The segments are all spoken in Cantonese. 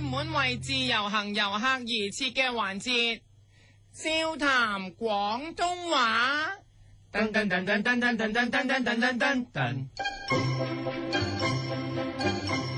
門為自由行遊客而設嘅環節，笑談廣東話。噔噔噔噔噔噔噔噔噔噔噔噔噔。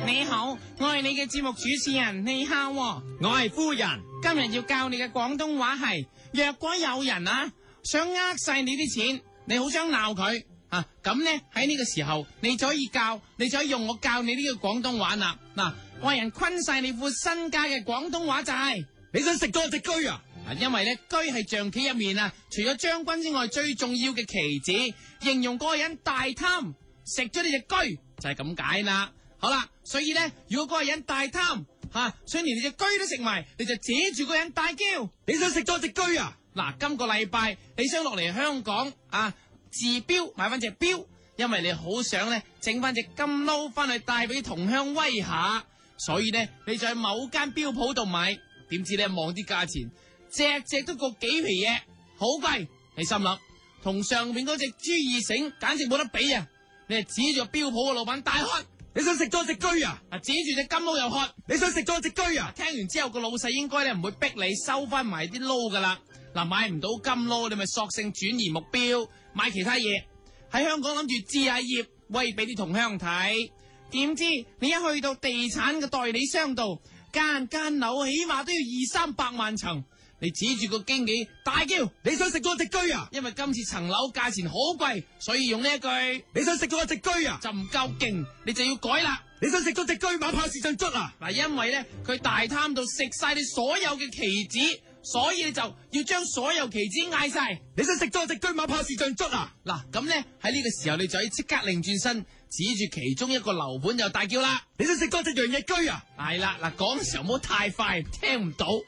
你好，我係你嘅節目主持人，你好喎、我係夫人，今日要教你嘅廣東話係，若果有人啊想呃晒你啲錢，你好想鬧佢啊，咁咧喺呢個時候，你就可以教，你就可以用我教你呢個廣東話啦。嗱、為人坤晒你副身家嘅廣東話就係、你想食多隻居啊？啊，因為咧居係象棋入面啊，除咗將軍之外，最重要嘅棋子，形容嗰個人大貪，食咗呢只居就係咁解啦。好啦，所以咧，如果嗰個人大貪吓、啊所以連你隻居都食埋，你就指住個人大叫。你想食多隻居啊？嗱，今個禮拜你想落嚟香港啊，治標買翻隻錶，因為你好想咧整翻隻金撈翻去帶俾同鄉威下，所以咧你就去某間錶鋪度買，點知咧望啲價錢，隻隻都個幾皮嘢，好貴。你心諗同上面嗰隻豬二繩簡直冇得比啊！你係指住個錶鋪嘅老闆大喝，你想食多隻居啊？啊指住隻金撈又喝。你想食多隻居啊？聽完之後個老細應該咧唔會逼你收翻埋啲撈噶啦。嗱，買唔到金撈，你咪索性轉移目標，買其他嘢。喺香港諗住置下業，喂俾啲同鄉睇。點知你一去到地產嘅代理商度，間間樓起碼都要二三百萬層。你指住個經紀大叫，你想食多隻居啊？因為今次層樓價錢好貴，所以用呢一句你想食多隻居啊？就唔夠勁，你就要改啦。你想食多隻居馬炮市鎮卒啊？嗱，因為咧佢大貪到食晒你所有嘅棋子，所以你就要將所有棋子嗌晒。你想食多隻居馬炮市鎮卒啊？嗱，咁咧喺呢個時候你就要即刻擰轉身，指住其中一個樓盤就大叫啦。你想食多隻羊日居啊？係啦，嗱講嘅時候唔好太快，聽唔到。哎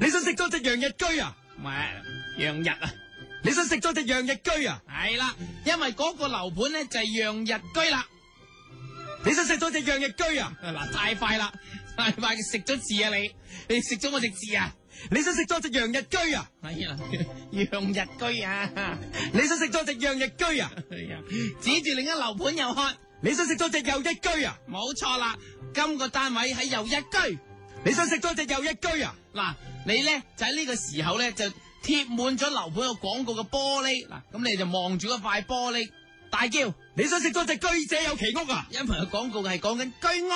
你想食多隻羊日居啊？唔係讓日啊，你想食多隻羊日居啊？係啦，因為嗰個樓盤咧就係讓日居啦。你想食多隻羊日居啊？嗱，太快啦，太快食咗字啊你，你食咗我隻字啊！你想食多隻羊日居啊？ 哎呀，讓日居啊！ 你想食多隻羊日居啊？哎呀，指住另一樓盤又喝。你想食多隻又一居啊？冇錯啦，今個單位喺又一居。你想食多隻又一居啊？嗱，你咧就喺呢個時候咧就貼滿咗樓盤嘅廣告嘅玻璃，嗱，咁你就望住嗰塊玻璃大叫，你想食多隻居者有其屋啊？因為個廣告係講緊居屋，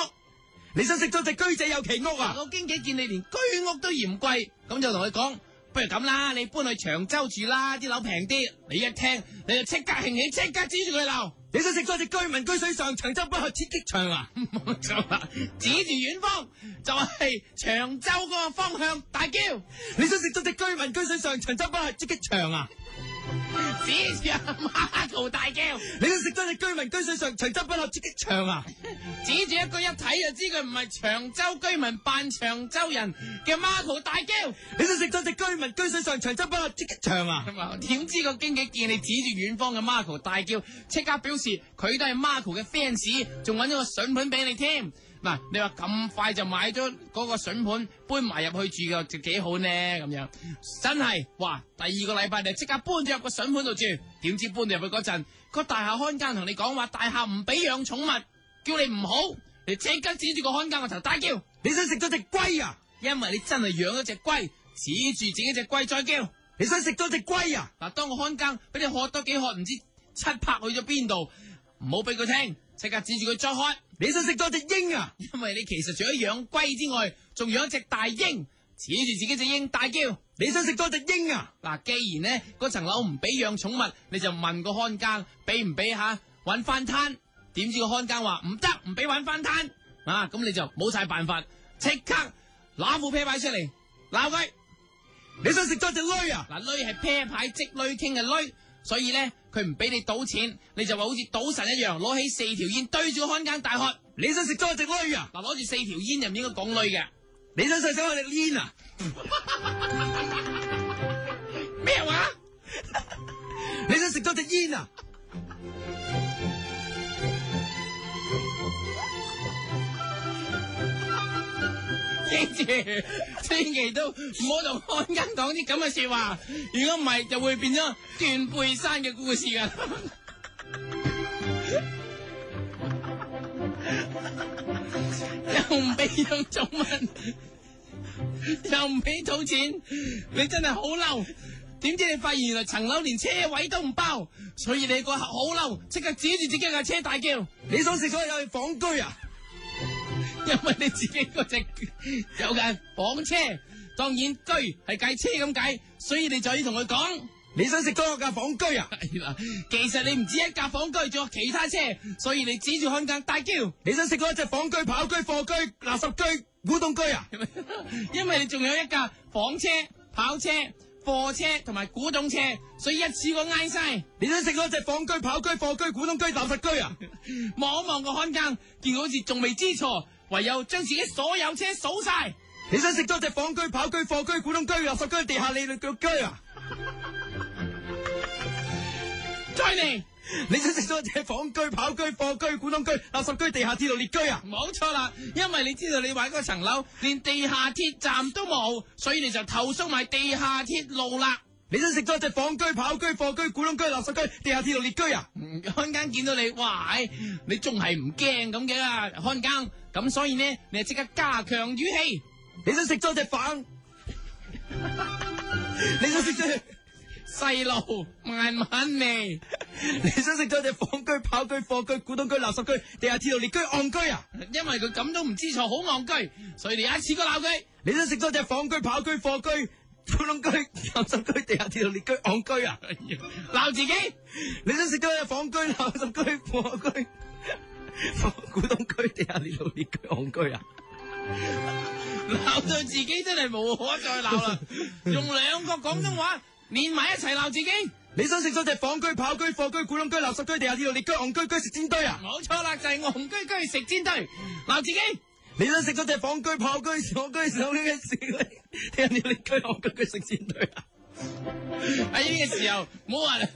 你想食多隻居者有其屋嗱，啊？個經紀見你連居屋都嫌貴，咁就同佢講，不如咁啦，你搬去長洲住啦，啲樓平啲。你一聽你就即刻興起，即刻指住佢鬧，你想食多隻居民居水上長洲北去刺激場啊？冇錯啦，指住遠方就係、長洲嗰個方向大叫。你想食多隻居民居水上長洲北去刺激場啊？指住阿馬圖大叫，你想食多隻居民居水上長洲北去刺激場啊？指住一句一睇就知佢唔係長洲居民扮長洲人嘅馬圖大叫。你想食多隻居民居水上長洲北去刺激場啊？ 咁啊，點知個經紀見你指住遠方嘅 Marco 大叫，即刻表示佢都係 Marco 嘅 fans，仲揾咗個筍盤俾你添。嗱，你話咁快就買咗嗰個筍盤，搬埋入去住嘅就幾好呢？咁樣真係，哇！第二個禮拜你即刻搬咗入個筍盤度住，點知搬入去嗰陣，個大廈看更同你講話，大廈唔俾養寵物，叫你唔好，你即刻指住個看更個頭大叫，你想食多隻龜啊？因為你真係養咗隻龜，指住自己隻龜再叫。你想食多隻龜啊？嗱，當個看更俾你喝多幾喝，唔知七拍去咗邊度，唔好俾佢聽，即刻指住佢再喝，你想食多隻鷹啊？因為你其實除咗養龜之外，仲養一隻大鷹，指住自己隻鷹大叫。你想食多隻鷹啊？嗱，既然呢嗰層樓唔俾養寵物，你就問個看更俾唔俾吓揾翻攤，點知個看更話唔得，唔俾揾翻攤啊！咁你就冇晒辦法，即刻攞副啤牌出嚟鬧佢。你想食多隻騾啊？嗱，擂係啤牌即擂傾嘅擂，所以咧佢唔俾你賭錢，你就話好似賭神一樣，攞起四條煙對住個看更大喝。你想食多隻騾啊？嗱，攞住四條煙就唔應該講擂嘅，你想食多隻煙啊？咩話？你想食多隻煙啊？記住， 千祈都唔好同看更講啲咁嘅説話，如果唔係就會變咗斷背山嘅故事啊噶。 又唔俾养寵物，又唔俾土錢，你真係好嬲！點知你發現原來層樓連車位都唔包，所以你嗰刻好嬲，即刻指住自己架車大叫，因你想食咗入去房居啊？為你自己嗰只有架房車，當然居係計車咁解，所以你就要同佢講。你想食多我架房居啊？係啦，其實你唔止一架房居，仲有其他車，所以你指住看更大叫， 你想食多一只房居、跑居、貨居、垃圾居、古董居啊？因為你仲有一架房車、跑車、貨車同埋古董車，所以一次過嗌晒。你想食多一只房居、跑居、貨居、古董居、垃圾居啊？望一望個看更，見佢好似仲未知錯，唯有將自己所有車數晒。你想食多一只房居、跑居、貨居、古董居、垃圾居、地下理論嘅居啊？再嚟，你想食多一只房居、跑居、貨居、古董居、垃圾居、地下鐵路列居啊？冇錯啦，因為你知道你買嗰層樓連地下鐵站都冇，所以你就投訴埋地下鐵路啦。你想食多一只房居、跑居、貨居、古董居、垃圾居、地下鐵路列居啊？嗯看更見到你，哇！唉你仲係唔驚咁嘅啊，看更。咁所以呢，你就即刻加強語氣。你想食多一只房？ 你想食多隻？ 細路，慢慢嚟。你想食咗只房居、跑居、貨居、古董居、垃圾居、地下鐵路列居、戇居啊？因為佢咁都唔知錯，好戇居，所以你一次過鬧佢。你想食咗只房居、跑居、貨居、古董居、垃圾居、地下鐵路列居、戇居啊？鬧自己，你想食咗只房居、垃圾居、貨居、古董居、地下鐵路列居、戇居啊？鬧到自己真係無可再鬧啦！用兩個廣東話連埋一齊鬧自己，你想食咗只房居、跑居、貨居、古董居、垃圾居、地下鐵路列居、戇居居食煎堆啊？冇錯啦，就係戇居居食煎堆，鬧自己，你想食咗只房居、跑居、貨居、手呢嘅食地下鐵路列居、戇居居食煎堆啊？喺哎呢個時候，唔好話啦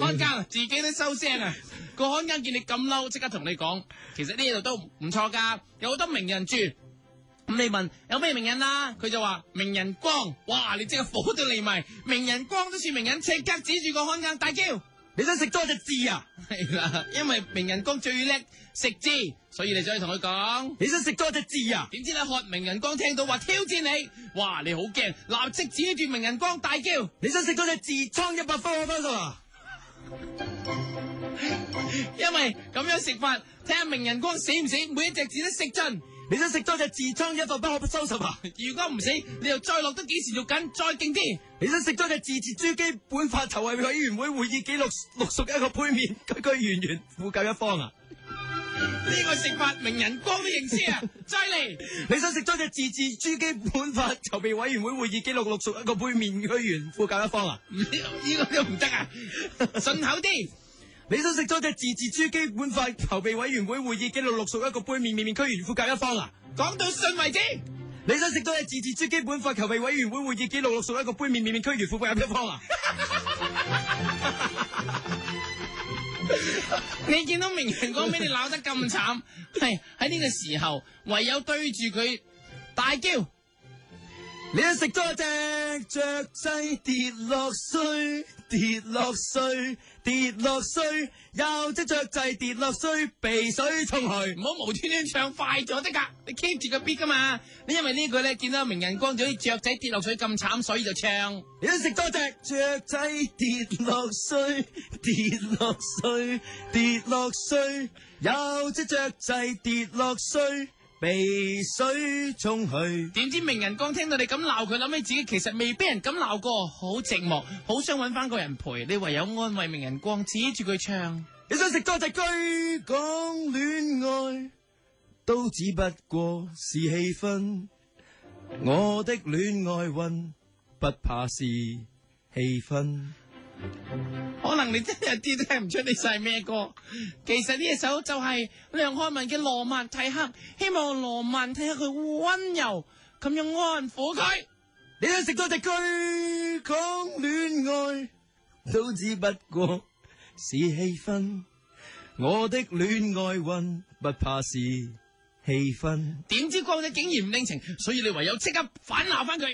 看更自己都收聲啊！個看更見你咁嬲，即刻同你講，其實呢度都唔錯㗎，有好多名人住。咁你問有咩名人啦、佢就話名人光，哇！你即刻火到嚟埋，名人光都算名人，即刻指住個看更大叫。你想食咗只字啊？係啦，因為名人光最叻食字，所以你就可以同佢講。你想食咗只字啊？點知咧，喝名人光聽到話挑戰你，哇！你好驚，立即指住名人光大叫。你想食多只痔瘡一百科分啊？因為咁樣食法，睇下名人光死唔死，每一隻字都食盡。你想食多只痔瘡一百科不收拾啊？如果唔死，你又再落得幾時肉緊，再勁啲。你想食多只自治珠基本法籌委委員會會議記錄錄屬一個杯面， 區區圓圓護教一方啊！呢個食法，名人光都認識啊！再嚟，你想食多只自治珠基本法籌備委員會會議記錄錄屬一個杯面，區圓護教一方啊！呢個都唔得啊！順口啲，你想食多只自治珠基本法籌備委員會會議記錄錄屬一個杯面，面面區圓護教一方啊！講到信為止。你想食多只自治珠基本法籌備委員會會議記錄錄屬一個杯面，面面區圓護教一方啊！你見到名人光俾你鬧得咁慘，係喺呢個時候，唯有對住佢大叫，你一食多只雀仔跌落水，跌落水，跌落水，又只雀仔跌落水，被水沖去唔。好無端端唱快咗得㗎，你 keep 住個 beat 㗎嘛。你因為呢句咧，見到名人光就好似雀仔跌落水咁慘，所以就唱。你一食多只雀仔跌落水，跌落水，跌落水，又只雀仔跌落水，被水沖去。點知名人光聽到你咁鬧佢，諗起自己其實未俾人咁鬧過，好寂寞，好想揾翻個人陪。你唯有安慰名人光，指住佢唱。你想食多只居講戀愛，都只不過是氣氛。我的戀愛運不怕是氣氛。可能你真係有啲聽唔出你細咩歌。其實呢一首就係梁漢文嘅《羅曼蒂克》，希望羅曼蒂克佢温柔咁樣安撫佢。你想食多只居講戀愛，都只不過是氣氛。我的戀愛運不怕是氣氛。點知光仔竟然唔領情，所以你唯有即刻反鬧翻佢。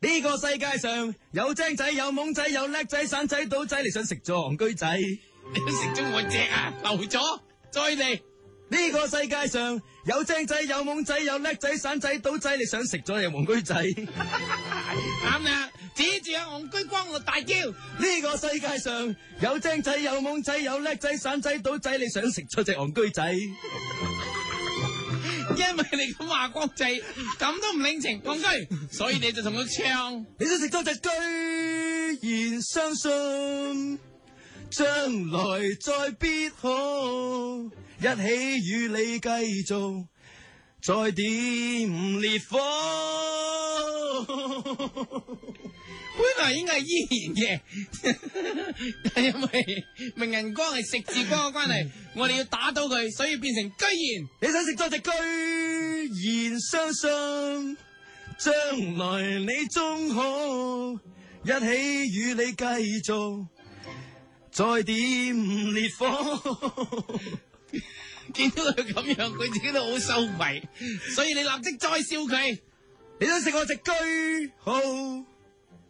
呢個世界上有精仔、有懵仔、有叻仔、散仔、賭仔，你想食咗戇居仔？你都食咗我只啊，流咗，再嚟。呢個世界上有精仔，有懵仔，有叻仔，散仔，賭仔，你想食咗你黃居仔？呢啱啦，指住阿戇居光我大叫，個世界上有精仔，有懵仔，有叻仔，散仔，賭仔，你想食咗只黃居仔？因為你咁話國際，咁都唔領情，戇居，所以你就同佢唱。你想食多隻，居然相信將來再必可一起與你繼續再點烈火。本來應該係依然嘅， 但因為明人光係食字光嘅關係，我哋要打到佢，所以變成居然。你想食多隻，居然相信將來你終可一起與你繼續再點烈火。見到佢咁樣，佢自己都好羞愧，所以你立即再笑佢。你想食我隻居號，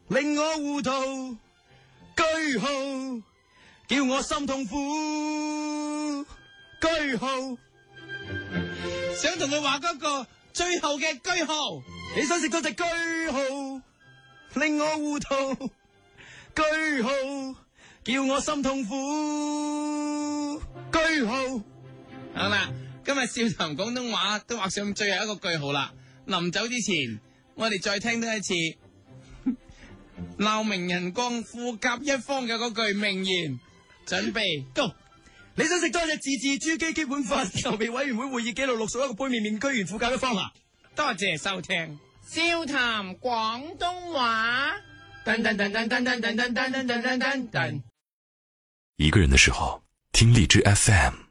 令我糊塗居號，叫我心痛苦居號。想同佢話嗰個最後嘅句號，你想食我隻居號，令我糊塗居號，叫我心痛苦居號。好啦，今日笑談廣東話都畫上最後一個句號啦。臨走之前，我哋再聽多一次鬧名人光富甲一方嘅嗰句名言，準備 go。你想食多隻自治豬基基本法籌備委員會會議記錄錄數一個杯麵面居然副教一方啦。多謝收聽，笑談廣東話。噔噔噔噔噔噔噔噔噔噔噔噔噔。一个人的时候，听荔枝 FM。